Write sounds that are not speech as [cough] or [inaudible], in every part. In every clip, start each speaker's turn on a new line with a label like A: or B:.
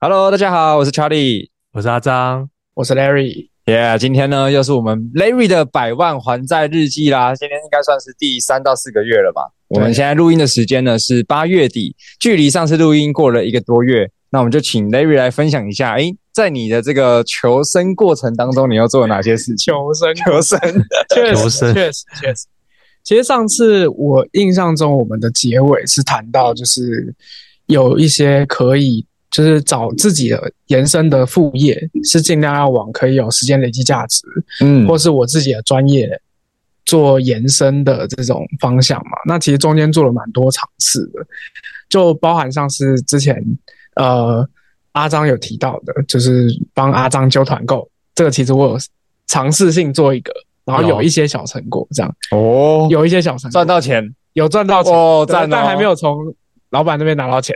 A: Hello，大家好，我是 Charlie。
B: 我是阿张，
C: 我是 Larry，
A: Yeah，今天呢又是我们 Larry 的百万还债日记啦。今天应该算是第三到四个月了吧？我们现在录音的时间呢是八月底，距离上次录音过了一个多月。那我们就请 Larry 来分享一下，诶，在你的这个求生过程当中，你又做了哪些事情？
C: 求生，
A: 求生，
C: [laughs] 确
B: 求生
C: 实，确实，确实。其实上次我印象中，我们的结尾是谈到，就是有一些可以，就是找自己的延伸的副业，是尽量要往可以有时间累积价值，
A: 嗯，
C: 或是我自己的专业做延伸的这种方向嘛。那其实中间做了蛮多尝试的，就包含像是之前呃阿张有提到的，就是帮阿张揪团购，这个其实我有尝试性做一个，然后
B: 有
C: 有一些小成果，这样
A: 哦，
C: 有一些小成
A: 赚
C: 果
A: 到钱
C: 有赚到钱，
A: 哦，
C: 对
A: 赞哦，
C: 但还没。有从老板那边拿到钱。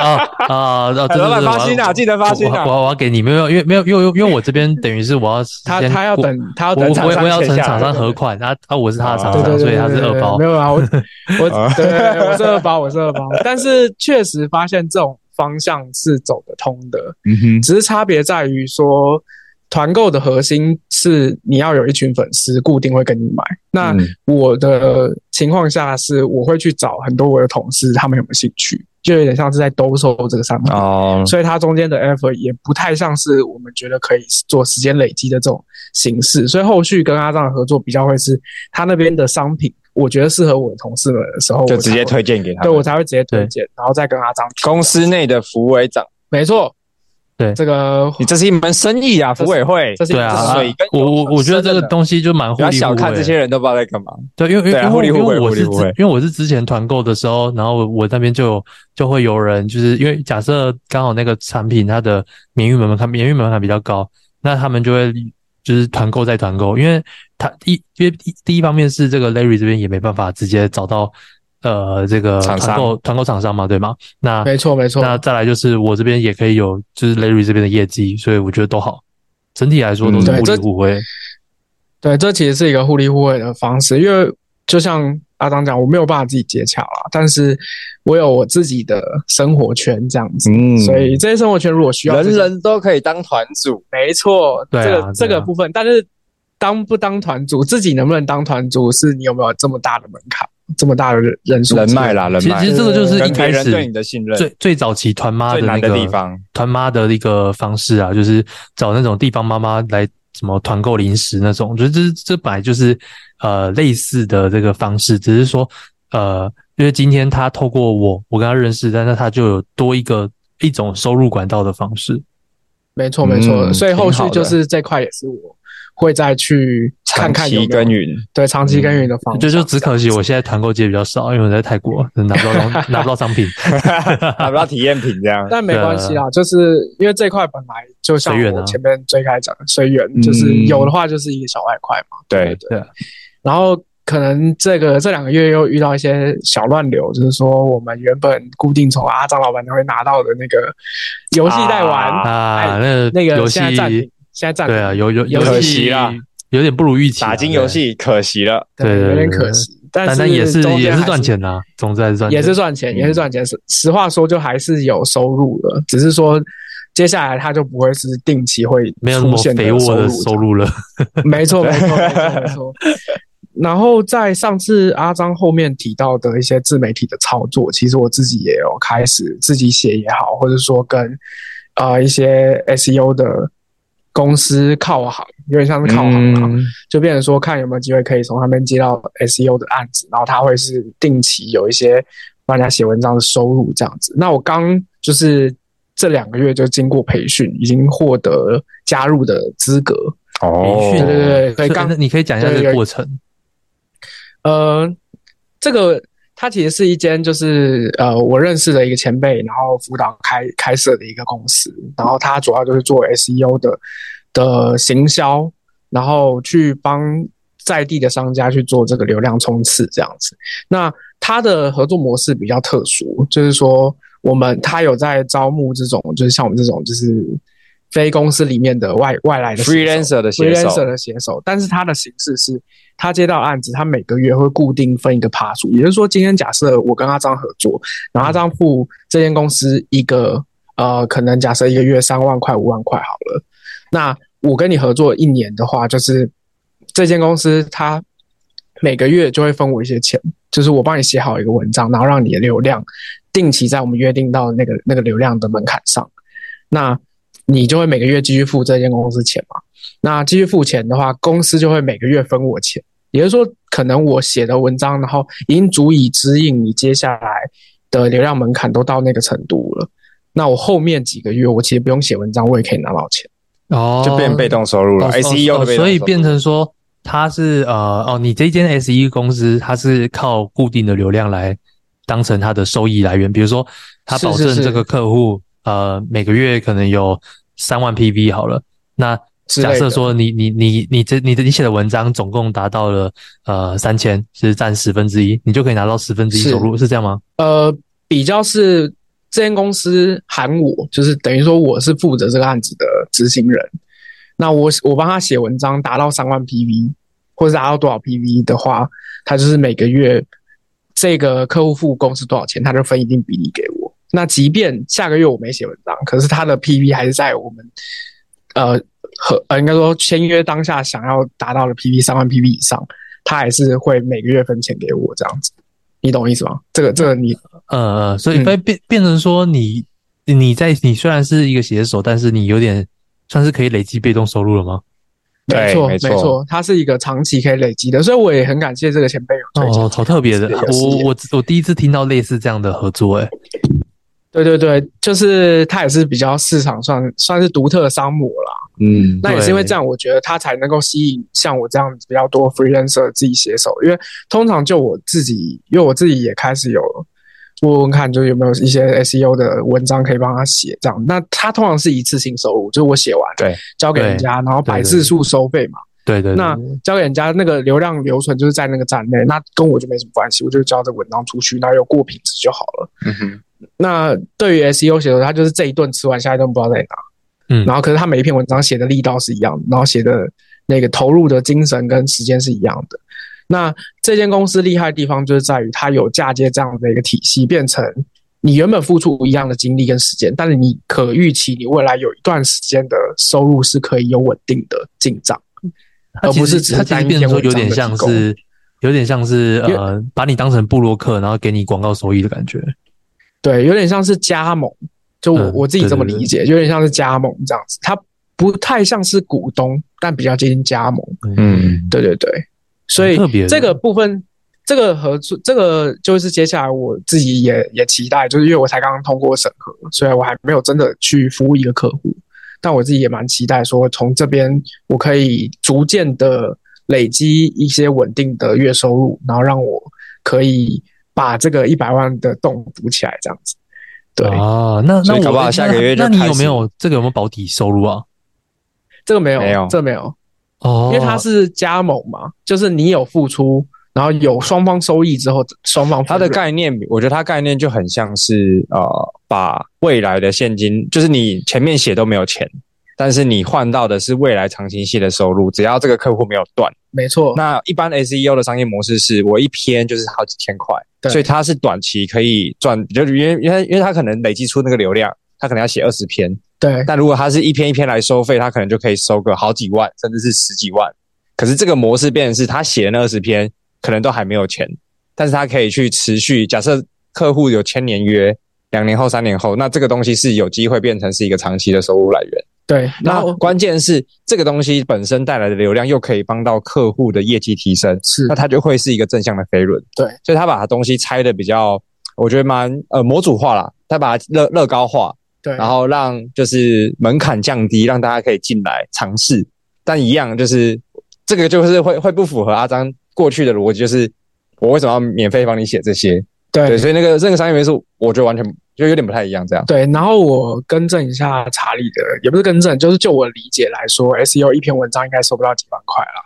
B: 啊
A: [laughs]
B: 啊，对对
A: 老板
B: 对
A: 发薪啊，记得发薪
B: 我
A: 啊！
B: 我我要给你，没有，因为没有，因为因为我这边等于是我要
C: 他
B: 先
C: 他要
B: 过，
C: 等他要
B: 我
C: 等
B: 我
C: 厂
B: 我
C: 商
B: 要
C: 签
B: 跟
C: 下
B: 厂
C: 来
B: 商
C: 对
B: 合款，啊啊，我是他的厂
A: 对
B: 商，
A: 对
B: 所以他是二包
C: 没。有
B: [laughs]
C: 啊，我我
A: 啊
C: 对对对，我是二包，我是二包。但是确实发现这种方向是走得通的，
A: 嗯哼，
C: 只是差别在于说，团购的核心是你要有一群粉丝固定会跟你买。那
A: 嗯
C: 我的情况下是，我会去找很多我的同事，他们有没有兴趣，就有点像是在兜售这个商品。
A: 哦，
C: 所以它中间的 effort 也不太像是我们觉得可以做时间累积的这种形式，所以后续跟阿张的合作比较会是他那边的商品，我觉得适合我的同事们的时候，
A: 就
C: 我才
A: 直接
C: 会，
A: 推荐给他们。
C: 对我才会直接推荐，然后再跟阿张提
A: 公司内的服委长，
C: 没错，
B: 对
C: 这个
A: 你这是一门生意啊，服委会。
C: 这是
B: 对啊，
C: 这是
B: 啊
A: 水跟
B: 我我我觉得这个
C: 真的
B: 东西就蛮
A: 不
B: 互利
A: 要
B: 互惠。
A: 小看这些人都不知道在干嘛。
B: 对，因为因
A: 对啊
B: 为因为
A: 互利
B: 因为
A: 互惠
B: 我是
A: 互利互惠
B: 之因为我是之前团购的时候，然后我我那边就有就会有人，就是因为假设刚好那个产品它的免疫门槛免疫门槛比较高，那他们就会就是团购再团购，因为他一因为一第一方面是这个 Larry 这边也没办法直接找到呃这个
A: 厂商
B: 团购团购厂商嘛，对吗？
A: 啊
B: 那
C: 没错没错，
B: 那再来就是我这边也可以有就是 Larry 这边的业绩，所以我觉得都好，整体来说都是
A: 嗯
B: 互
C: 对
B: 利
C: 这
B: 互惠。
C: 对，这其实是一个互利互惠的方式，因为就像阿张讲，我没有办法自己接洽啦，但是我有我自己的生活圈这样子，
A: 嗯
C: 所以这些生活圈如果需要这
A: 人
C: 些，
A: 人都可以当团主。
C: 没错，
B: 对啊
C: 这
B: 对啊
C: 个这个部分，但是当不当团主，自己能不能当团主，是你有没有这么大的门槛，这么大的人人数
A: 人脉啦，人
B: 其实
A: 脉，
B: 其实这个就是一
A: 跟别
B: 开
A: 人
B: 始
A: 对你的信任
B: 最最早期团妈
A: 最
B: 那
A: 难的
B: 个
A: 地方。
B: 团妈的一个方式啊，就是找那种地方妈妈来什么团购零食那种，我觉得这这本来就是呃类似的这个方式，只是说呃，因为今天他透过我，我跟他认识，但是他就有多一个一种收入管道的方式。
C: 没错没错，
A: 嗯
C: 所以后
A: 挺好
C: 续
A: 的
C: 就是这块也是我会再去看看有
A: 长期
C: 没
A: 耕
C: 有
A: 耘，
B: [laughs]
C: 对长期耕耘
A: 哦
C: 的方向，
B: 就就只可惜
A: 啊
B: 我现在团购接比较少，因为我在泰
A: [laughs]
B: 国拿不到东拿不到商品。
A: 拿不到体验品这样。
C: 但没关系
A: 啊
C: 啦，就是因为这块本来就像
B: 随缘啊
C: 我前面最开始讲的随
A: 嗯
C: 缘，就是有的话就是一个小外快嘛。
A: 对，
C: 对，然后可能这个这两个月又遇到一些小乱流，就是说我们原本固定从阿张老板那会拿到的那个游戏代玩，
A: 啊
B: 啊，
C: 哎
B: 那
C: 那个
B: 游戏
C: 现在暂停，现在暂停，
B: 对啊，游游
C: 游戏
B: 游
A: 可
B: 戏
A: 惜啦
B: 有点不如预期啊，
A: 打进
B: 对
A: 游戏可惜了。
C: 对
B: 对对
C: 有点
B: 对
C: 可惜，但
B: 但
C: 是
B: 但也是
C: 中间
B: 也
C: 还
B: 是赚。钱呐、啊总之还是赚钱，嗯
C: 也是赚钱，也是赚钱。实实话说，就还是有收入了，只是说接下来它就不会是定期会
B: 没有那
C: 出
B: 么
C: 现
B: 肥沃
C: 收
B: 的
C: 入
B: 收入了。
C: [laughs] 没错，没错，没错，没错。然后在上次阿张后面提到的一些自媒体的操作，其实我自己也有开始自己写也好，或者说跟呃一些 SEO 的公司靠行，有点像是靠行啦，
A: 嗯
C: 就变成说看有没有机会可以从他们接到 SEO 的案子，然后他会是定期有一些帮人家写文章的收入这样子。那我刚就是这两个月就经过培训，已经获得加入的资格，
A: 哦，
B: 培训
C: [laughs] 对对对，所以
B: [laughs] 所以
C: 刚
B: 那你可以讲一下这
C: 对
B: 个
C: 对
B: 过程，
C: 呃，这个它其实是一间就是呃我认识的一个前辈，然后辅导开开设的一个公司，然后它主要就是做 SEO 的的行销，然后去帮在地的商家去做这个流量冲刺这样子。那它的合作模式比较特殊，就是说我们它有在招募这种就是像我们这种就是非公司里面的外外来的写手
A: freelancer 的写手
C: freelancer 的写手，但是他的形式是，他接到案子，他每个月会固定分一个趴数，也就是说，今天假设我跟阿张合作，然后阿张付这间公司一个呃，可能假设一个月三万块、五万块好了，那我跟你合作一年的话，就是这间公司它每个月就会分我一些钱，就是我帮你写好一个文章，然后让你的流量定期在我们约定到那个那个流量的门槛上，那你就会每个月继续付这间公司钱嘛。那继续付钱的话，公司就会每个月分我钱，也就是说，可能我写的文章，然后已经足以指引你接下来的流量门槛都到那个程度了。那我后面几个月，我其实不用写文章，我也可以拿到钱。
B: 哦，
A: 就变被动收入了
B: 哦
A: ，SEO
B: 哦
A: E 的被动收入
B: 所以变成说它是呃哦，你这间 SE 公司它是靠固定的流量来当成它的收益来源，比如说它
C: 是
B: 保
C: 是
B: 证
C: 是
B: 这个客户呃每个月可能有三万 PV 好了，那
C: 之类
B: 假
C: 的
B: 设说你你你你这你的你写的文章总共达到了呃三千，是占十分之一，你就可以拿到十分之一
C: 是
B: 收入，是这样吗？
C: 呃，比较是这间公司喊我，就是等于说我是负责这个案子的执行人。那我我帮他写文章，达到三万 PV 或者达到多少 PV 的话，他就是每个月这个客户付公司多少钱，他就分一定比例给我。那即便下个月我没写文章，可是他的 PV 还是在我们呃和呃应该说签约当下想要达到的 PV 三万 PV 以上，他还是会每个月分钱给我这样子。你懂我意思吗？这个这个你
B: 呃，呃所以
C: 嗯
B: 变变变成说你你在你虽然是一个写手，但是你有点算是可以累积被动收入了吗？
A: 对
C: 没错
A: 没
C: 没
A: 错
C: 错，它是一个长期可以累积的，所以我也很感谢这个前辈有推荐。
B: 哦，好特别的
C: 这个，事
B: 我
C: 业
B: 我我第一次听到类似这样的合作、欸，
C: 对对对，就是他也是比较市场算算是独特的商模啦。
A: 嗯，
C: 那也是因为
B: 对
C: 这样，我觉得他才能够吸引像我这样子比较多 freelancer 自己写手，因为通常就我自己，因为我自己也开始有问问看，就是有没有一些 SEO 的文章可以帮他写这样。那他通常是一次性收入，就是我写完
A: 对，
C: 交给人家，然后百字数收费嘛。
B: 对对对，
C: 那交给人家那个流量留存就是在那个站内，那跟我就没什么关系，我就交这文章出去，那有过品质就好了。
A: 嗯哼，
C: 那对于 SEO 写手，他就是这一顿吃完，下一顿不知道在哪。
B: 嗯
C: 然后可是他每一篇文章写的力道是一样的，然后写的那个投入的精神跟时间是一样的。那这间公司厉害的地方就是在于它有嫁接这样的一个体系，变成你原本付出一样的精力跟时间，但是你可预期你未来有一段时间的收入是可以有稳定的进账。
B: 它其
C: 而不是
B: 实
C: 只是
B: 它其实
C: 单一
B: 变成
C: 篇
B: 说有
C: 文章
B: 点
C: 的
B: 像
C: 提供
B: 是有点像是
C: 因为
B: 呃，把你当成部落客，然后给你广告收益的感觉。
C: 对，有点像是加盟，就我、
B: 嗯
C: 我自己这么理解，有点像是加盟这样子，它不太像是股东，但比较接近加盟。
A: 嗯，
C: 对对对，所以
B: 特别的
C: 这个部分，这个合作，这个就是接下来我自己也也期待，就是因为我才刚刚通过审核，所以我还没有真的去服务一个客户，但我自己也蛮期待说，从这边我可以逐渐的累积一些稳定的月收入，然后让我可以把这个一百万的洞补起来，这样子。对，
B: 啊，那
A: 所以
B: 那
A: 搞
B: 我
A: 不好
B: 欸
A: 下个月就
B: 那那你
A: 开
B: 有
A: 始
B: 没有这个有没有保底收入啊？
C: 这个没有，
A: 没有
C: 这个没有，
B: 哦，
C: 因为它是加盟嘛，就是你有付出，然后有双方收益之后，双方
A: 它的
C: 分润
A: 概念，我觉得它概念就很像是呃，把未来的现金，就是你前面写都没有钱，但是你换到的是未来长期性的收入，只要这个客户没有断。
C: 没错，
A: 那一般 SEO 的商业模式是我一篇就是好几千块，
C: 对
A: 所以它是短期可以赚，就是因为因为因为它可能累积出那个流量，它可能要写二十篇，
C: 对
A: 但如果它是一篇一篇来收费，它可能就可以收个好几万，甚至是十几万。可是这个模式变成是，他写的那二十篇可能都还没有钱，但是他可以去持续。假设客户有签年约，两年后、三年后，那这个东西是有机会变成是一个长期的收入来源。
C: 对，然
A: 那
C: 后
A: 关键是这个东西本身带来的流量又可以帮到客户的业绩提升，
C: 是
A: 那它就会是一个正向的飞轮。
C: 对，
A: 所以他把东西拆的比较，我觉得蛮呃模组化啦，他把它乐乐高化，
C: 对，
A: 然后让就是门槛降低，让大家可以进来尝试。但一样就是这个就是会会不符合阿张过去的逻辑，就是我为什么要免费帮你写这些？对，
C: 对
A: 所以那个这个商业元素，我觉得完全就有点不太一样这样。
C: 对，然后我更正一下查理的，也不是更正，就是就我理解来说，SEO 一篇文章应该收不到几万块啦，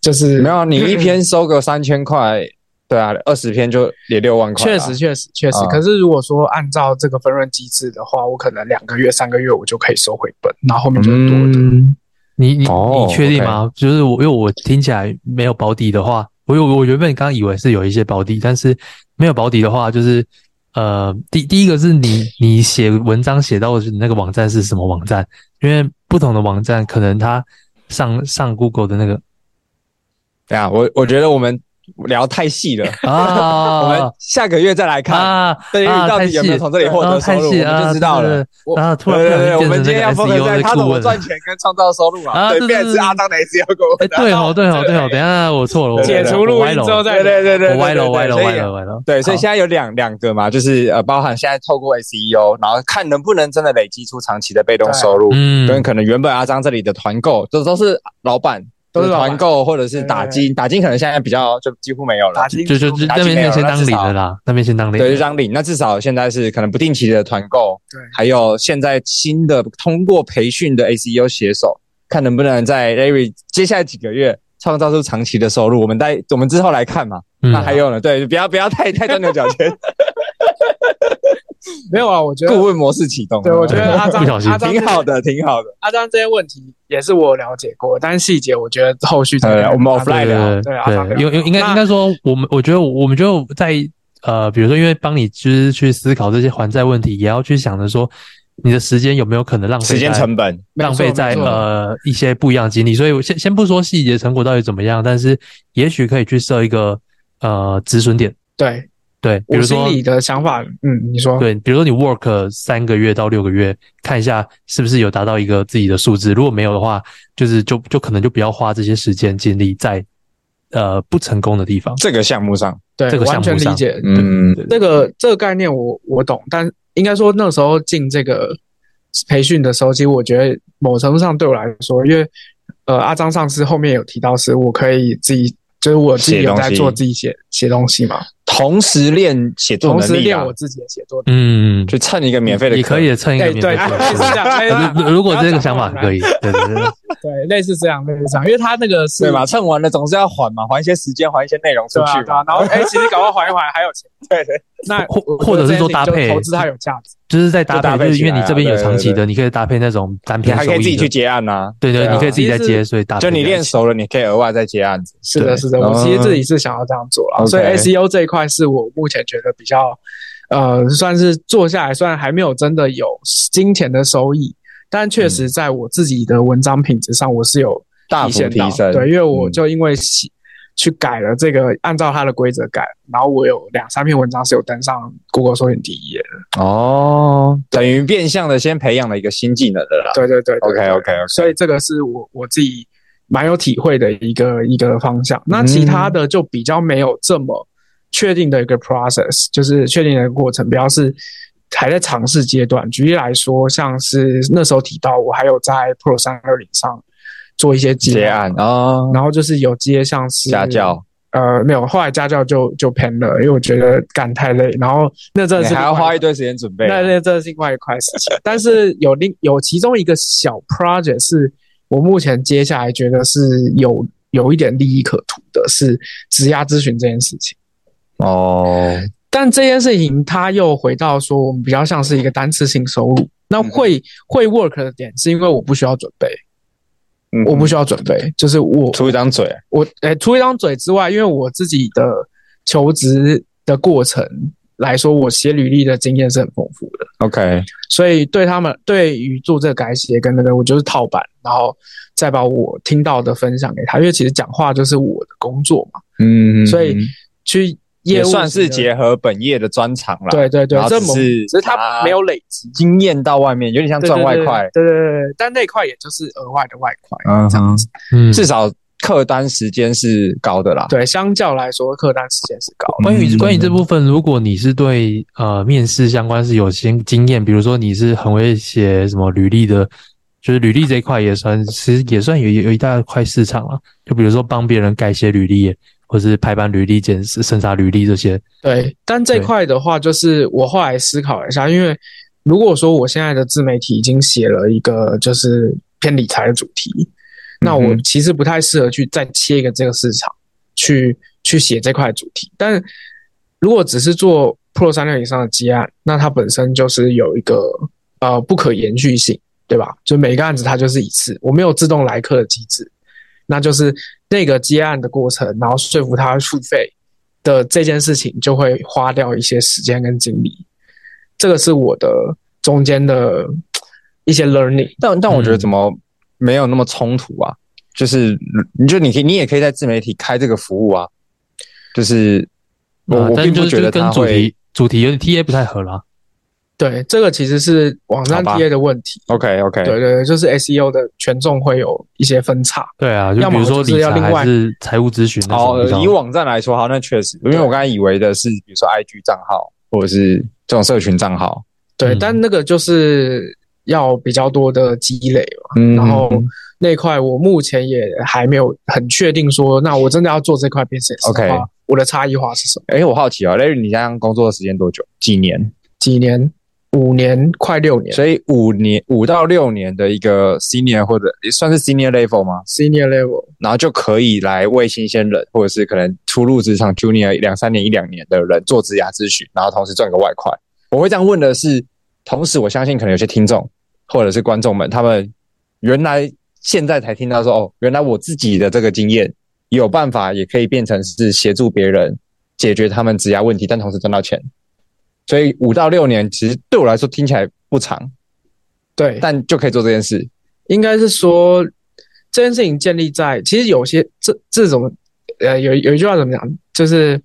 C: 就是
A: 没有，啊你一篇收个三千块，对啊，二十篇就也六万块啊
C: 确
A: 啦。
C: 实，确实，确实。
A: 嗯
C: 可是如果说按照这个分润机制的话，我可能两个月、三个月我就可以收回本，然后后面就多的。 [laughs]
B: 嗯，你你
A: 哦
B: 你确定吗就是我，因为我听起来没有保底的话，我有我原本刚以为是有一些保底，但是没有保底的话，就是呃，第第一个是你你写文章写到的那个网站是什么网站，因为不同的网站可能它上上 Google 的那
A: [laughs]
B: 个
A: 对啊，我我觉得我们聊太细了，
B: [laughs] 啊，
A: 我们下个月再来看。
B: 啊，
A: 对，
B: 啊
A: 到底有没
B: 太
A: 有
B: 细
A: 从这里获
B: 啊
A: 得
B: 太
A: 收入，
B: 细
A: 我们
B: 啊
A: 就知道
B: 对
A: 了
B: 对。然后突然
A: 对对对，
B: 不
A: 我
B: 小心
A: 们今天要
B: 变成
A: focus
B: 那
A: 在
B: 个 E
A: 他
B: SEO
A: 怎么
B: 的
A: 赚钱跟创造收入嘛。
B: 啊
A: 对，
B: 对
A: 变成
B: 对
A: 是
B: 对
A: 阿当哪一
C: E
A: 次要跟我
B: 哎，
A: 们聊
B: 对哦，对哦，对哦，
A: [laughs] 对
B: 等一下我错了，我
C: 解除录音之后再
A: 对对对对，
B: 我歪了，
A: 对
B: 我歪了，我
A: 对
B: 歪
A: 所以
B: 了，我歪了。
A: 对，所以
B: 好
A: 现在有两两个嘛，就是呃，包含现在透过 SEO，然后看能不能真的累积出长期的被动收入，
B: 嗯，
A: 跟可能原本阿张这里的团购，这都是老板，
C: 都
A: 都
C: 是
A: 是
C: 老板
A: 团购或者是打金，打金可能现在比较就几乎没有了
C: 打，进
B: 就就就
C: 去
B: 那边先当零的啦，那边先当零。
A: 对，就这样领。那至少现在是可能不定期的团购，
C: 对
A: 还有现在新的通过培训的 ACU 写手，看能不能在 Larry 接下来几个月创造出长期的收入。我们待我们之后来看嘛。
B: 嗯
A: 那还有呢？对，不要不要太太钻牛角
C: [laughs]
A: 尖，
C: 没有啊？我觉得
A: 顾，问模式启动。
C: 对我觉
A: [laughs]
C: 得阿张
B: 不小心
C: 阿张
A: 挺好，的，挺好的。
C: 阿啊张这些问题也是我了解过，但是细节我觉得后续再
A: 呃
C: 聊
A: 我们
C: 阿张
A: offline 聊
B: 对
C: 对啊阿张
B: 对，
C: 聊
B: 有有应该
C: 那
B: 应该说，我们我觉得我们就在呃，比如说，因为帮你就是去思考这些还债问题，也要去想着说，你的时间有没有可能浪费
A: 时间
B: 在
A: 成本，
B: 浪费在
C: 没错没错
B: 呃一些不一样的经历。所以我先先不说细节成果到底怎么样，但是也许可以去设一个呃止损点，
C: 对，
B: 对，比
C: 我
B: 如
C: 心
B: 说
C: 里的想法，嗯，你说
B: 对，比如说你 work 三个月到六个月，看一下是不是有达到一个自己的数字。如果没有的话，就是就就可能就不要花这些时间精力在呃不成功的地方。
A: 这个项目上，
C: 对，
B: 这个项
C: 完
B: 目
C: 全理
B: 上
C: 解，
A: 嗯，
B: 对
C: 这个这个概念我我懂，但应该说那时候进这个培训的时候，其实我觉得某程度上对我来说，因为呃阿张上司后面有提到是我可以自己，就是我自己有在
A: 写东西
C: 做自己写写东西嘛，
A: 同时练写作
C: 同时
A: 能力
C: 练
A: 啊
C: 我，自己的写作。
B: 嗯，
A: 就蹭一个免费的
B: 也
A: 课
B: 可。以蹭一个
C: 哎，
B: 免
C: 对，
B: 费
C: 类
B: 课
C: [laughs] 似这
B: 程。
C: 样，类似
B: 可是如果这个想法可
C: 以，
B: 以，对对对，
C: 对，类似这样，类似这样，因为他那个是
A: 对吧？蹭完了总是要还嘛，还一些时间，还一些内容出
C: 对啊，
A: 去
C: 对
A: 嘛。
C: 啊然后哎，其实搞到还一还还有 [laughs] 钱，
A: 对对，
C: 那
B: 或
C: 哎我
B: 或者是说搭
C: 就
B: 配
C: 投资它有价值，
B: 就是在搭
A: 就搭
B: 配，
A: 配
B: 就是因为
A: 起来
B: 你
A: 啊
B: 这边有长期
A: 对
B: 的，你可以搭配那种单
A: 你
B: 篇
A: 还
B: 收
A: 可以自
B: 益
A: 己去
B: 的，
A: 接案呐。
B: 对对，
A: 对啊
B: 你可以自己在
C: 其实
B: 接，
C: 是
B: 所以搭配
A: 就你
B: 在
A: 练
B: 一起
A: 熟了，你可以额外再接案子。
C: [laughs] 是的，
B: 对
C: 是的，
A: 哦
C: 我其实自己是想要这样做啦，
A: OK
C: 所以 SEO 这一块是我目前觉得比较，呃，算是做下来，虽然还没有真的有金钱的收益，但确
B: 嗯
C: 实在我自己的文章品质上，我是有
A: 大
C: 体
A: 幅
C: 现到
A: 提升。
C: 对，因为我
A: 嗯
C: 就因为喜去改了这个，按照它的规则改，然后我有两三篇文章是有登上 Google 搜寻第一页的，
A: 哦，等于变相的先培养了一个新技能的啦。
C: 对对对对
A: OK OK OK，
C: 所以这个是我我自己蛮有体会的一个一个方向。那其他
A: 嗯
C: 的就比较没有这么确定的一个 process，就是确定的一个过程，比较是还在尝试阶段。举例来说，像是那时候提到，我还有在 Pro 三二零上做一些
A: 接
C: 接案，
A: 案哦，
C: 然后就是有接像是
A: 家教，
C: 呃没有，后来家教就就 p 了，因为我觉得干太累，然后嗯那真
A: 你
C: 的是
A: 还要
C: 另外
A: 花一堆时间准备。啊
C: 那那这是另外一块事情，但是有另有其中一个小 project 是我目前接下来觉得是有有一点利益可图的，是质押咨询这件事情。
A: 哦，
C: 但这件事情它又回到说，我们比较像是一个单次性收入。那会、会 work 的点是因为我不需要准备，
A: 嗯
C: 我不需要准备，就是我
A: 出一张嘴，啊
C: 我诶、除一张嘴之外，因为我自己的求职的过程来说，我写履历的经验是很丰富的。
A: OK，
C: 所以对他们对于做这个改写跟那个，我就是套版，然后再把我听到的分享给他，因为其实讲话就是我的工作嘛，
A: 嗯，
C: 所以去业
A: 也
C: 务
A: 算
C: 型
A: 是
C: 的
A: 结合本业的专长啦。
C: 对对对
A: 然，后
C: 这
A: 只
C: 某
A: 是
C: 只是他
A: 他
C: 没有累积
A: 经验到外面，有点像赚外快，
C: 对对对对对对，但那块也就是额外的外快
A: 嗯
C: 这样
A: 哼
C: 子。
B: 嗯，
A: 至少客单时间是高的啦。
C: 对，相较来说，客单时间是高的。
B: 关于
A: 嗯
B: 关于这部分，如果你是对呃面试相关是有些经验，比如说你是很会写什么履历的，就是履历这啊一块也算，其实也算有有有一大块市场了。就比如说帮别人改写履历，或是排版履历、检视、审查履历这些。
C: 对，但这
B: 对
C: 块的话，就是我后来思考了一下，因为如果说我现在的自媒体已经写了一个就是偏理财的主题，那
A: 嗯
C: 我
A: 哼
C: 其实不太适合去再切一个这个市场去去写这块主题。但如果只是做 Pro 三六以上的接案，那它本身就是有一个呃不可延续性，对吧？就每个案子它就是一次，我没有自动来客的机制，那就是那个接案的过程，然后说服他付费的这件事情，就会花掉一些时间跟精力。这个是我的中间的一些 learning。
A: 但但我觉得
B: 嗯
A: 怎么没有那么冲突啊？就是你就你可以你也可以在自媒体开这个服务啊，就是我、
B: 啊
A: 我
B: 但
A: 并
B: 就
A: 不
B: 是
A: 觉
B: 就
A: 得
B: 是跟
A: 它
B: 主
A: 会
B: 题主题有点 TA 不太合啦。
C: 对，这个其实是网站
A: 好吧
C: TA 的问题。
A: OK OK
C: 对对对，就是 SEO 的权重会有一些分叉。
B: 对啊，就
C: 要
B: 比
C: 么
B: 如说
C: 就是
B: 理
C: 要
B: 财
C: 另
B: 还
C: 外
B: 是财务咨询那
A: 哦，
B: 种比
A: 呃以
B: 较。
A: 网站来说，好，那确实，因为
C: 对
A: 我刚才以为的是，比如说 IG 账号或者是这种社群账号，
C: 对，
B: 嗯
C: 但那个就是要比较多的积累嘛。
A: 嗯
C: 然后那块我目前也还没有很确定说，那我真的要做这块 business 的话
A: OK
C: 我的差异化是什么？
A: 哎、我好奇啊、哦、，Larry，你这样工作的时间多久？几年？
C: 几年？五年，快六年
A: 所以五年五到六年的一个 senior 或者也算是 senior level 吗？
C: ，senior level。
A: 然后就可以来为新鲜人或者是可能初入职场 junior 两三年一两年的人做职涯咨询，然后同时赚个外快。我会这样问的是，同时我相信可能有些听众或者是观众们，他们原来现在才听到说，哦，原来我自己的这个经验有办法也可以变成是协助别人解决他们职涯问题，但同时赚到钱。所以五到六年其实对我来说听起来不长，
C: 对，
A: 但就可以做这件事。
C: 应该是说这件事情建立在其实有些这这种呃有有一句话怎么讲，就是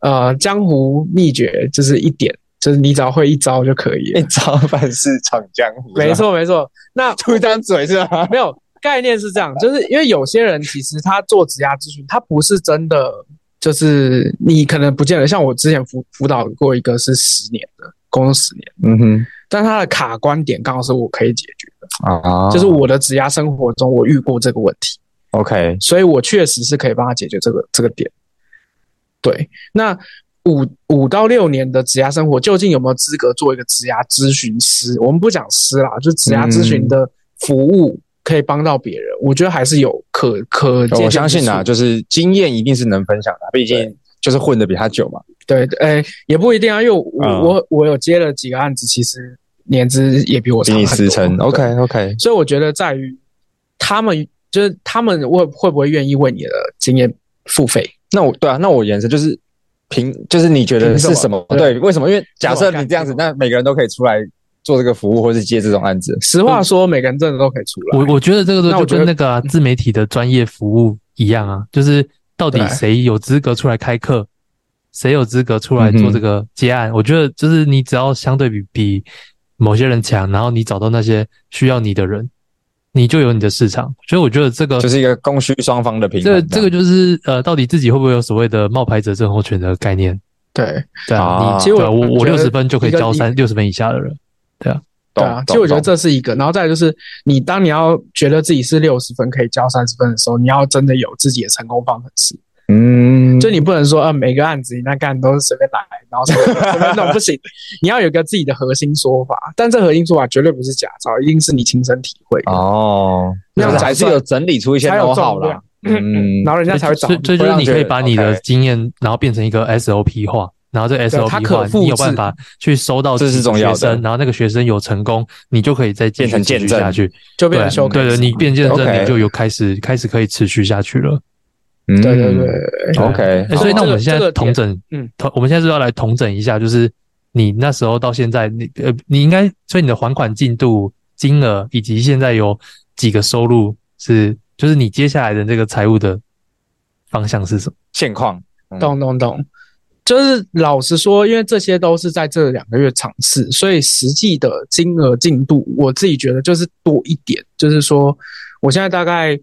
C: 呃江湖秘诀就是一点，就是你只要会一招就可以了
A: 一 [laughs] 招半式闯江湖，
C: 没，错没错，那
A: 出一张嘴是吧？
C: 没有概念是这样，就是因为有些人其实他做职涯咨询，他不是真的。就是你可能不见得像我之前辅辅导过一个是十年的，工作十年，
A: 嗯哼。
C: 但他的卡关点刚好是我可以解决的，
A: 啊，
C: 就是我的职涯生活中我遇过这个问题，
A: OK，
C: 所以我确实是可以帮他解决这个这个点。对，那五五到六年的职涯生活，究竟有没有资格做一个职涯咨询师？我们不讲师啦，就职涯咨
A: 嗯
C: 询的服务可以帮到别人，我觉得还是有可可借鉴之处。
A: 我相信啊，就是经验一定是能分享的，啊毕竟
C: 对
A: 就是混的比他久嘛。
C: 对，哎、也不一定啊，因为我、
A: 嗯
C: 我我有接了几个案子，其实年资也比我
A: 比
C: 长
A: 你
C: 很
A: 师
C: 多。
A: 承
C: 对
A: OK OK，
C: 所以我觉得在于他们，就是他们会会不会愿意为你的经验付费？
A: 那我对啊，那我延伸就是凭，就是你觉得
C: 凭
A: 是
C: 什么
A: 什么？
C: 对
A: 对，为什么？因为假设
C: 凭什么
A: 你这样子，
C: 凭
A: 那每个人都可以出来做这个服务，或是接这种案子。
C: 实话说，每个人真的都可以出来。
B: 我我觉得这个
C: 那
B: 就
C: 我觉
B: 跟
C: 得嗯
B: 那个啊、自媒体的专业服务一样啊，就是到底
C: 对
B: 谁有资格出来开课，谁有资格出来
A: 嗯
B: 做
A: 哼
B: 这个接案？我觉得就是你只要相对比比某些人强，然后你找到那些需要你的人，你就有你的市场。所以我觉得这个
A: 就是一个供需双方的平
B: 这个
A: 衡样。
B: 这个就是呃，到底自己会不会有所谓的冒牌者症候群的概念？
C: 对，
B: 对
A: 啊
B: 啊，你
A: 其
C: 实我
B: 对啊我我
C: 觉
B: 六
C: 得
B: 十分就可以
C: 一个
B: 教
C: 一
B: 三六十分以下的人。
A: 懂
C: 对啊，其实我觉得这是一个，然后再来就是你当你要觉得自己是六十分可以交三十分的时候，你要真的有自己的成功方程式，
A: 嗯，
C: 就你不能说啊每个案子你那干都是随便来，然后随便随便弄不行，你要有个自己的核心说法，但这核心说法绝对不是假造，一定是你亲身体会的，
A: 哦，
C: 那
A: 就是
C: 样
A: 还是
C: 才
A: 有整理出一些
C: 才有
A: know how
C: 重
A: 啦
C: 量。
A: 嗯
C: 然，后人家才会找
B: 所以
C: 你。
B: 所以就是你可以把你
A: 会让
B: 的
A: 觉得
B: 经验，然后变成一个 SOP 化，然后这
C: 对
B: SOP
C: 它可
B: 化，
C: 复制
B: 你有办法去收到
A: 这是重要的
B: 学生，然后那个学生有成功，你就可以再继续
A: 变成
B: 持续
A: 见证
B: 下去。
C: 就变
B: 对啊
C: 成修改
B: 对
C: 者
B: 对，你变见证，
A: OK
B: 你就有开始开始可以持续下去了。
A: 嗯
C: 对对对对对
B: 对
A: OK，
B: 哎所以
C: 好
B: 那我们
C: 这
B: 现在
C: 个这个
B: 统整，
C: 嗯，
B: 统我们现在是要来统整一下，就是你那时候到现在，你呃，你应该所以你的还款进度、金额以及现在有几个收入是，就是你接下来的这个财务的方向是什么？
A: 现况。嗯
C: 懂懂懂，就是老实说，因为这些都是在这两个月尝试，所以实际的金额进度，我自己觉得就是多一点，就是说我现在大概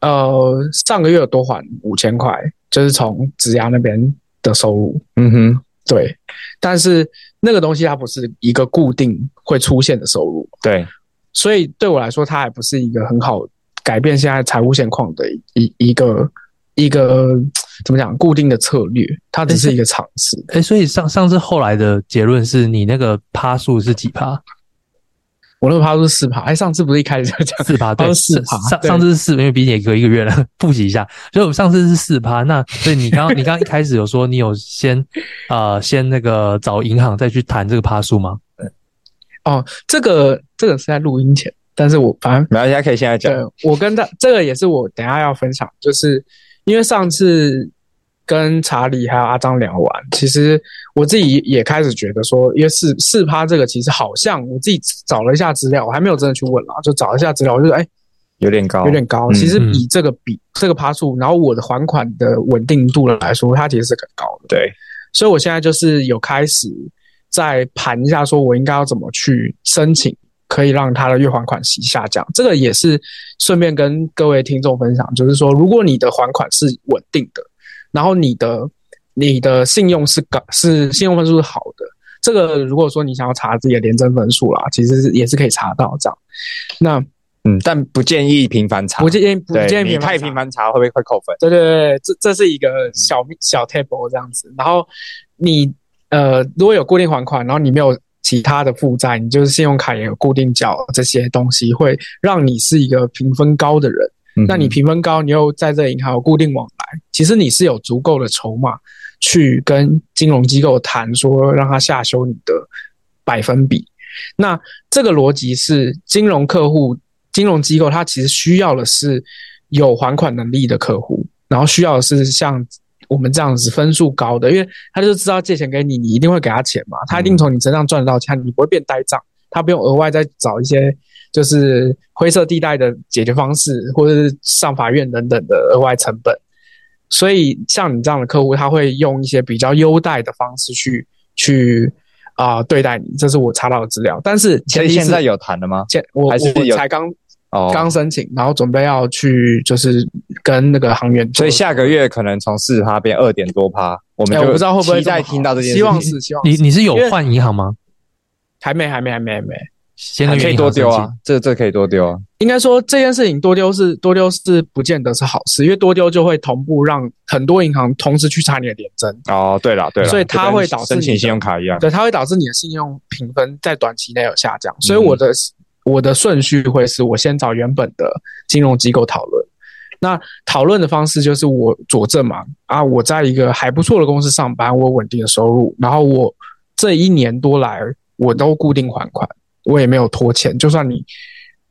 C: 呃上个月有多还五千块，就是从子牙那边的收入，
A: 嗯哼，
C: 对，但是那个东西它不是一个固定会出现的收入，
A: 对，
C: 所以对我来说，它还不是一个很好改变现在财务现况的一一一个一个怎么讲固定的策略，它只是一个尝试。
B: 哎、所以上上次后来的结论是你那个趴数是几趴？
C: 我那个趴数四趴，哎，上次不是一开始就讲
B: 四趴，对，
C: 哦四
B: 上
C: 趴
B: 上
C: 对
B: 上次是四，因为毕竟也隔一个月了，复习一下。所以我们上次是四趴，那所以你刚刚你刚刚一开始有说你有先呃先那个找银行再去谈这个趴数吗？
C: 哦，这个这个是在录音前，但是我反正
A: 没关系，还可以现在讲。
C: 对我跟他这个也是我等一下要分享，就是因为上次跟查理还有阿张聊完，其实我自己也开始觉得说，因为四四趴这个其实好像我自己找了一下资料，我还没有真的去问啦，就找了一下资料，我就觉得哎、
A: 有点高，
C: 有点高。
A: 嗯
C: 其实以这个比、这个趴数，然后我的还款的稳定度来说，它其实是很高的。
A: 对，
C: 所以我现在就是有开始在盘一下，说我应该要怎么去申请，可以让他的月还款息下降。这个也是顺便跟各位听众分享，就是说，如果你的还款是稳定的，然后你的你的信用是高，是信用分数是好的。这个如果说你想要查自己的廉政分数啦，其实是也是可以查到这样。那
A: 嗯，但不建议频繁查，
C: 不建议不
A: 啊对
C: 建议
A: 你
C: 频繁
A: 太
C: 查
A: 频繁查会不会会扣分？
C: 对对对，这这是一个小小 table 这样子。然后你呃，如果有固定还款，然后你没有其他的负债，你就是信用卡也有固定缴这些东西，会让你是一个评分高的人。
A: 嗯
C: 那你评分高，你又在这银行有固定往来，其实你是有足够的筹码去跟金融机构谈，说让他下修你的百分比。那这个逻辑是金融客户、金融机构，它其实需要的是有还款能力的客户，然后需要的是像我们这样子分数高的，因为他就知道借钱给你，你一定会给他钱嘛，他一定从你身上赚得到钱，你不会变呆账，他不用额外再找一些就是灰色地带的解决方式，或者是上法院等等的额外成本。所以像你这样的客户，他会用一些比较优待的方式去去啊、对待你，这是我查到的资料。但是
A: 所
C: 前
A: 以
C: 提是
A: 现在有谈了吗？
C: 前我
A: 还是
C: 我
A: 有
C: 才刚
A: 哦，
C: 刚申请，然后准备要去就是跟那个行员做，
A: 所以下个月可能从四趴变二点多趴，我们
C: 哎
A: 就
C: 我不知道会不会
A: 期待
C: 这么好
A: 听到这件事情。
C: 希望是希望
B: 你
C: 是
B: 你是有
C: 因为
B: 换银行吗？
C: 还没还没还没还没，
B: 先
A: 还
B: 跟
A: 可
B: 原
A: 以
B: 银
A: 多
B: 行申
A: 丢
B: 请
A: 啊，，这这可以多丢啊。
C: 应该说这件事情多丢是多丢是不见得是好事，因为多丢就会同步让很多银行同时去查你的点征，
A: 哦，对了对了，
C: 所以它会导致
A: 申
C: 你
A: 请
C: 的
A: 信用卡一样。
C: 对，它会导致你的信用评分在短期内有下降。所以我的、我的顺序会是我先找原本的金融机构讨论。那讨论的方式就是我佐证嘛，啊，我在一个还不错的公司上班，我有稳定的收入，然后我这一年多来我都固定还款，我也没有拖欠，就算你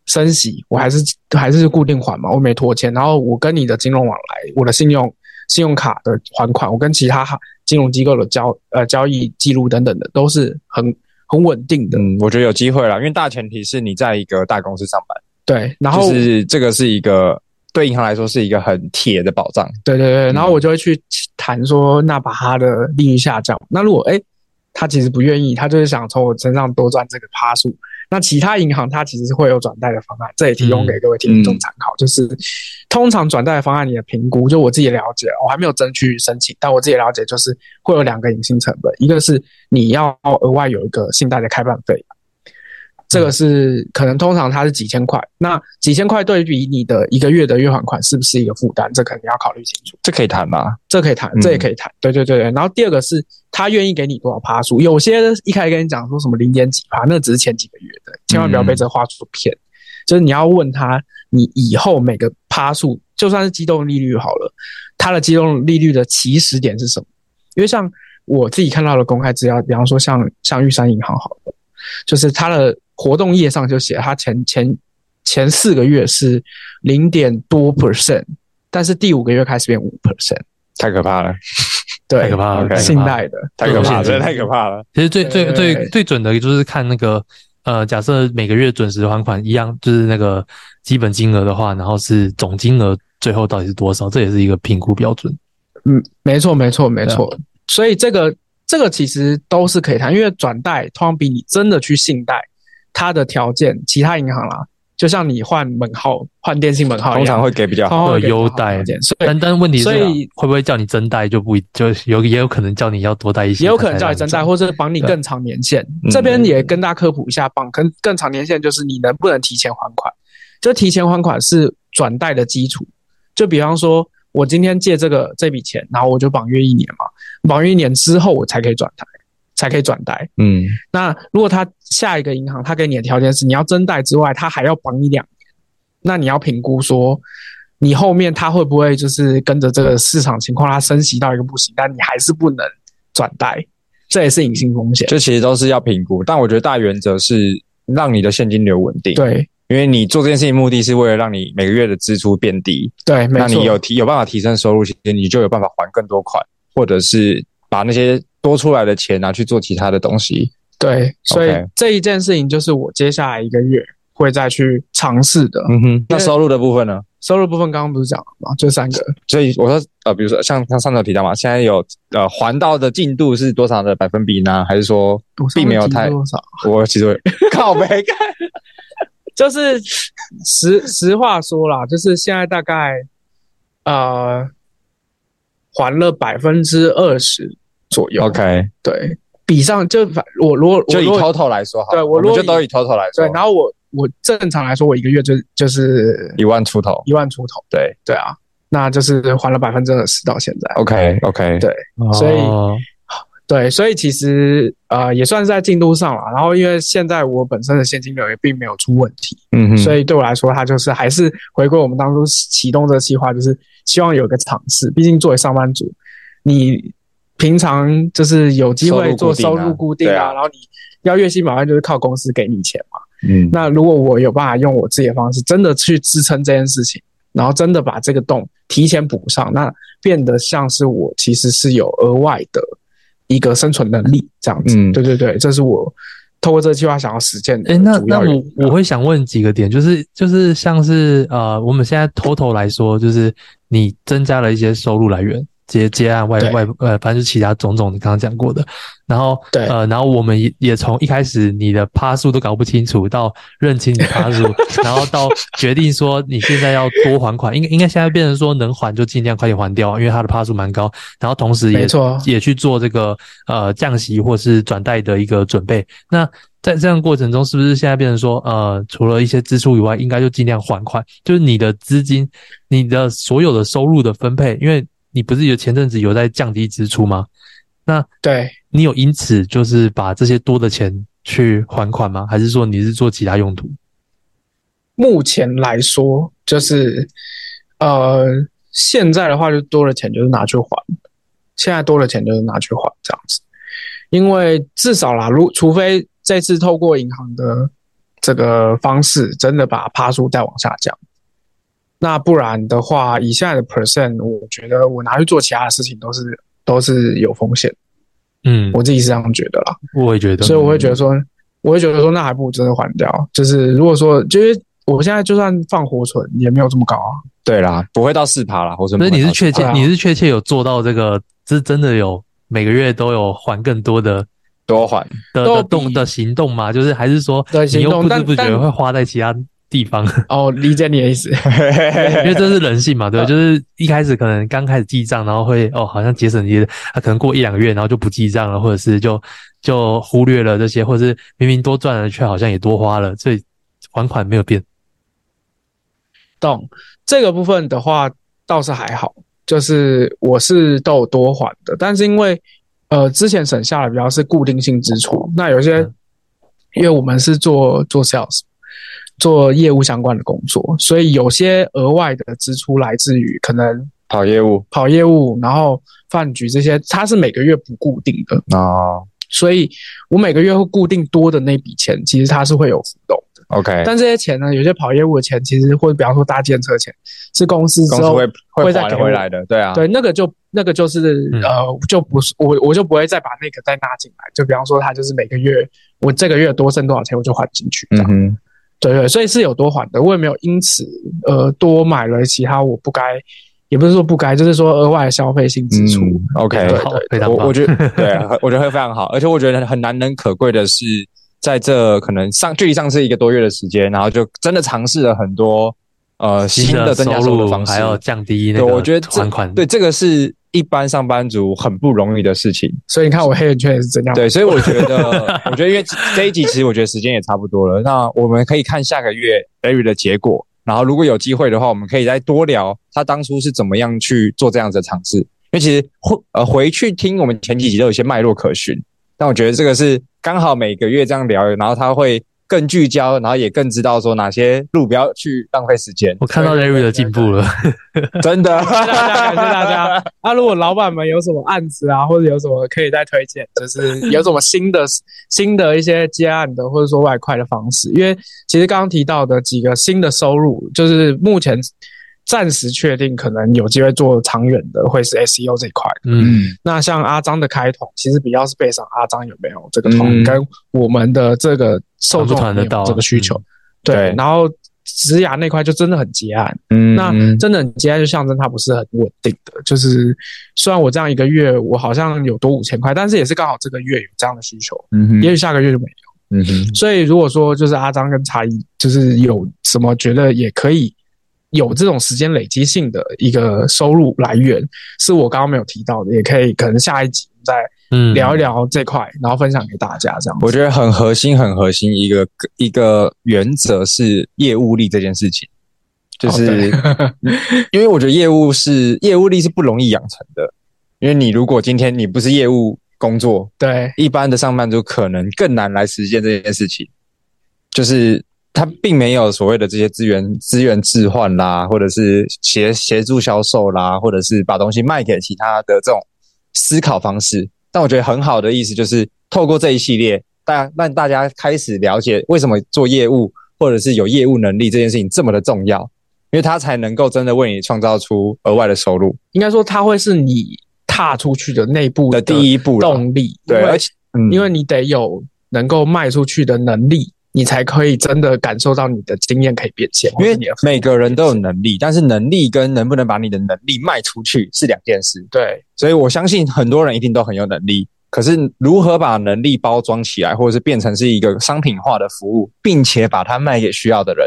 C: 升息，我还是还是固定还嘛，我没拖欠。然后我跟你的金融往来，我的信用信用卡的还款，我跟其他金融机构的交呃交易记录等等的，都是很很稳定的。
A: 嗯，我觉得有机会啦，因为大前提是你在一个大公司上班，
C: 对，然后、
A: 就是这个是一个对银行来说是一个很铁的保障。
C: 对对对，然后我就会去谈说，那把他的利率下降。那如果哎，他其实不愿意，他就是想从我身上多赚这个趴数。那其他银行它其实是会有转贷的方案，这也提
A: 嗯
C: 供给各位听众参考。就是通常转贷的方案，你的评估，就我自己了解，我还没有真去申请，但我自己了解就是会有两个隐性成本，一个是你要额外有一个信贷的开办费，这个是可能通常它是几千块，那几千块对比你的一个月的月还款是不是一个负担，这肯定要考虑清楚。
A: 这可以谈吗？
C: 这可以谈
A: 嗯，
C: 这也可以谈，对对对对。然后第二个是他愿意给你多少趴数，有些一开始跟你讲说什么零点几趴，那只是前几个月的，千万不要被这话术骗。就是你要问他，你以后每个趴数，就算是机动利率好了，它的机动利率的起始点是什么？因为像我自己看到的公开资料，比方说像像玉山银行好了，就是它的活动页上就写它前前前四个月是零点多 percent，但是第五个月开始变五 percent。
A: 太可怕了，
C: 对，呃
B: 太可怕了，
A: OK
B: 太可怕了
C: 信赖的，
A: 太可怕了，
B: 对
A: 真的太可怕了。
B: 其实最最
C: 对
B: 最最准的就是看那个呃，假设每个月准时还款一样，就是那个基本金额的话，然后是总金额最后到底是多少，这也是一个评估标准。
C: 嗯，没错，没错，没
B: 对啊
C: 错。所以这个这个其实都是可以谈，因为转贷通常比你真的去信贷，它的条件，其他银行啦，就像你换门号、换电信门号一
A: 通
C: 样，
A: 常会给比较好。
C: 通常会给
B: 会有优
C: 比较好的
B: 待
C: 条件，所以
B: 但但问题是
C: 所以，
B: 会不会叫你增贷就不一就有也有可能叫你要多贷一些，
C: 也有可能叫你增贷，
B: 才
C: 或者绑你更长年限
A: 嗯。
C: 这边也跟大家科普一下，绑跟更长年限就是你能不能提前还款。就提前还款是转贷的基础。就比方说，我今天借这个这笔钱，然后我就绑约一年嘛，绑约一年之后我才可以转台，才可以转贷。
A: 嗯，
C: 那如果他下一个银行他给你的条件是你要增贷之外，他还要绑你两年，那你要评估说你后面他会不会就是跟着这个市场情况，他升息到一个不行，但你还是不能转贷，这也是隐性风险。
A: 这其实都是要评估，但我觉得大原则是让你的现金流稳定。，
C: 对
A: 因为你做这件事情目的是为了让你每个月的支出变低，
C: 对，没
A: 那你
C: 错，
A: 有提有办法提升收入，其实你就有办法还更多款，或者是把那些多出来的钱拿去做其他的东西。
C: 对，所以
A: OK
C: 这一件事情就是我接下来一个月会再去尝试的。
A: 嗯哼，那收入的部分呢？
C: 收入部分刚刚不是讲了吗？就三个，
A: 所以我说，呃，比如说像像上头提到嘛，现在有呃还到的进度是多少的百分比呢？还是说
C: 我上
A: 并
C: 面
A: 没有
C: 提
A: 太？
C: 多少，
A: 我其
C: [laughs]
A: 实靠背干，
C: 就是实实话说啦，就是现在大概呃还了百分之二十左右。
A: OK，
C: 对，比上就反我如果
A: 就
C: 我
A: 以哦
C: 如果
A: total 来说好了，
C: 对我
A: 我们
C: 如
A: 就
C: 果以
A: 都以 total 来说，
C: 对，然后我我正常来说我一个月就就是
A: 一万出头，
C: 一万出头，
A: 对哦
C: 对啊，那就是还了百分之二十到现在。
A: ，OK OK，
C: 对
B: 哦
C: 所以对，所以其实呃也算是在进度上了。然后因为现在我本身的现金流也并没有出问题，
A: 嗯哼，
C: 所以对我来说，它就是还是回归我们当初启动这个计划，就是希望有个尝试。毕竟作为上班族，你平常就是有机会做
A: 收入固定啊
C: 收入固定
A: 对啊
C: 然后你要月薪百万就是靠公司给你钱嘛。
A: 嗯，
C: 那如果我有办法用我自己的方式，真的去支撑这件事情，然后真的把这个洞提前补上，那变得像是我其实是有额外的一个生存能力这样子。
A: 嗯
C: 对对对，这是我透过这个计划想要实践的
B: 哎、那
C: 主
B: 那
C: 要原因啊嗯
B: 我我会想问几个点，就是就是像是呃，我们现在 total 来说，就是你增加了一些收入来源，接接案外
C: 对
B: 外呃，反正就其他种种你刚刚讲过的，然后
C: 对
B: 呃，然后我们也也从一开始你的趴数都搞不清楚，到认清你趴
C: [laughs]
B: 数，然后到决定说你现在要多还款，应该应该现在变成说能还就尽量快点还掉，因为它的趴数蛮高，然后同时也
C: 没错
B: 也去做这个呃降息或是转贷的一个准备。那在这样的过程中，是不是现在变成说，呃，除了一些支出以外，应该就尽量还款，就是你的资金、你的所有的收入的分配，因为你不是有前阵子有在降低支出吗？那
C: 对。
B: 你有因此就是把这些多的钱去还款吗？还是说你是做其他用途？
C: 目前来说，就是呃，现在的话就多了钱就是拿去还，现在多了钱就是拿去还这样子。因为至少啦，如除非这次透过银行的这个方式，真的把趴数再往下降，那不然的话，以现在的 percent，我觉得我拿去做其他的事情都是都是有风险，
B: 嗯，
C: 我自己是这样觉得啦。
B: 我也觉得，
C: 所以我会觉得说，我会觉得说，那还不如真的还掉。就是如果说，就是我现在就算放活存也没有这么高啊。
A: 对啦，不会到四趴啦，或者
B: 所以你是确切，
C: 对啊
B: 你是确切有做到这个，是真的有每个月都有还更多的
A: 多还，
B: 的
C: 都
B: 的
C: 比
B: 动的行动吗？就是还是说
C: 对
B: 你
C: 行
B: 又
C: 动
B: 不知
C: 但
B: 不觉
C: 但
B: 会花在其他地
C: [laughs]
B: 方？
C: 哦，理解你的意思。 [laughs]
B: 因为这是人性嘛，
C: 呃
B: 对吧，就是一开始可能刚开始记账，然后会哦，好像节省一些，他、可能过一两个月，然后就不记账了，或者是就就忽略了这些，或者是明明多赚了，却好像也多花了，所以还款没有变。
C: 懂这个部分的话倒是还好，就是我是都有多还的，但是因为呃之前省下的比较是固定性支出，那有些
B: 嗯
C: 因为我们是做做 sales。做业务相关的工作，所以有些额外的支出来自于可能
A: 跑业务
C: 跑业务，然后饭局这些，它是每个月不固定的，
A: 哦
C: 所以我每个月会固定多的那笔钱，其实它是会有浮动的。
A: ，OK，
C: 但这些钱呢，有些跑业务的钱，其实或者比方说搭建车钱，是公司之
A: 公司
C: 后
A: 会
C: 会再
A: 还
C: 给
A: 回
C: 我
A: 来的，对啊，
C: 对那个就那个就是、
B: 嗯
C: 呃，就不是我我就不会再把那个再纳进来。就比方说，它就是每个月我这个月多挣多少钱，我就还进去这
A: 嗯
C: 样。
A: 哼，
C: 对对，所以是有多还的，我也没有因此呃多买了其他我不该，也不是说不该，就是说额外的消费性支出。
A: 嗯，OK，
B: 好，非常
A: 我
B: 棒
A: 我。觉得对，啊我觉得会非常好，而且我觉得很难能可贵的是，在这可能上距离上次一个多月的时间，然后就真的尝试了很多呃新的增加
B: 收
A: 收入的
B: 入
A: 方式，
B: 还有降低那
A: 对，
B: 个
A: 我觉得这
B: 还款，
A: 对这个是一般上班族很不容易的事情。
C: 所以你看我黑眼圈也是这
A: [laughs]
C: 样。
A: 对，所以我觉得，我觉得因为这一集其实我觉得时间也差不多了，那我们可以看下个月 Larry 的结果，然后如果有机会的话，我们可以再多聊他当初是怎么样去做这样子的尝试。因为其实回呃回去听我们前几集都有一些脉络可循，但我觉得这个是刚好每个月这样聊，然后他会更聚焦，然后也更知道说哪些路不要去浪费时间。
B: 我看到 Larry 的进步了，
A: 真的，
C: 谢谢大家，感谢大家。那、如果老板们有什么案子啊，或者有什么可以再推荐，就是有什么新的、 [laughs] 新的一些接案的，或者说外快的方式？因为其实刚刚提到的几个新的收入，就是目前暂时确定可能有机会做长远的，会是 SEO 这一块。
B: [laughs] 嗯，
C: 那像阿张的开团，其实比较是背上阿张有没有这个团，
A: 嗯
C: 跟我们的这个受众
B: 团不团得
C: 有没有
B: 到
C: 这个需求。
B: 嗯
C: 对，
A: 对
C: 然后植牙那块就真的很结案。
A: 嗯
C: 那真的，你接下来就象征它不是很稳定的。就是虽然我这样一个月我好像有多五千块，但是也是刚好这个月有这样的需求，
A: 嗯哼
C: 也许下个月就没有。
A: 嗯哼
C: 所以如果说就是阿张跟茶艺，就是有什么觉得也可以有这种时间累积性的一个收入来源，是我刚刚没有提到的，也可以可能下一集再
B: 嗯，
C: 聊一聊这块，然后分享给大家这样子。
A: 我觉得很核心、很核心一个一个原则是业务力这件事情，就是、 [laughs] 因为我觉得业务是业务力是不容易养成的，因为你如果今天你不是业务工作，
C: 对，
A: 一般的上班族可能更难来实现这件事情，就是他并没有所谓的这些资源资源置换啦，或者是协协助销售啦，或者是把东西卖给其他的这种思考方式。但我觉得很好的意思就是透过这一系列，大让大家开始了解为什么做业务或者是有业务能力这件事情这么的重要，因为它才能够真的为你创造出额外的收入
C: 应该说它会是你踏出去的内部
A: 的第一步啦
C: 动力，
A: 对，
C: 因为
A: 而且、嗯
C: 因为你得有能够卖出去的能力，你才可以真的感受到你的经验可以变现，
A: 因
C: 或
A: 为
C: 是你的
A: 每个人都有能力，但是能力跟能不能把你的能力卖出去是两件事。
C: 对
A: 所以我相信很多人一定都很有能力，可是如何把能力包装起来，或者是变成是一个商品化的服务，并且把它卖给需要的人，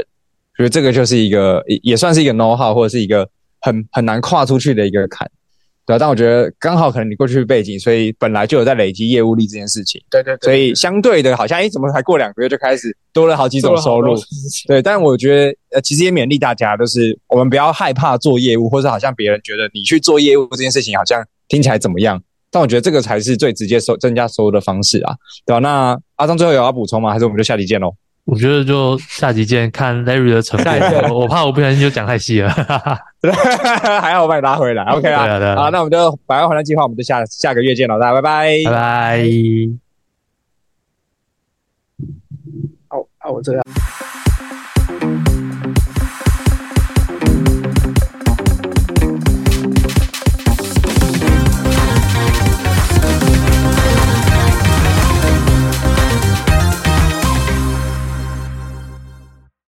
A: 所以这个就是一个也也算是一个 know how，或者是一个很很难跨出去的一个坎。对、啊，但我觉得刚好可能你过去背景，所以本来就有在累积业务力这件事情，
C: 对对对，
A: 所以相对的，好像诶、怎么才过两个月就开始多了好几
C: 做
A: 种
C: 了好
A: 收入
C: 多？事情
A: 对，但我觉得呃，其实也勉励大家，就是我们不要害怕做业务，或是好像别人觉得你去做业务这件事情好像听起来怎么样，但我觉得这个才是最直接收增加收入的方式啊，对吧、那阿张最后有要补充吗？还是我们就下期见喽？
B: 我觉得就下集见，看 Larry 的成
A: 下一集
B: 果。我我怕我不小心就讲太细了，哈哈
A: [laughs] 还好我把你拉回来，OK
B: 对啊对
A: 啊。
B: 啊
A: 好，那我们就百万还债计划，我们就下下个月见了，大家拜拜
B: 拜拜。
C: 哦啊，我这个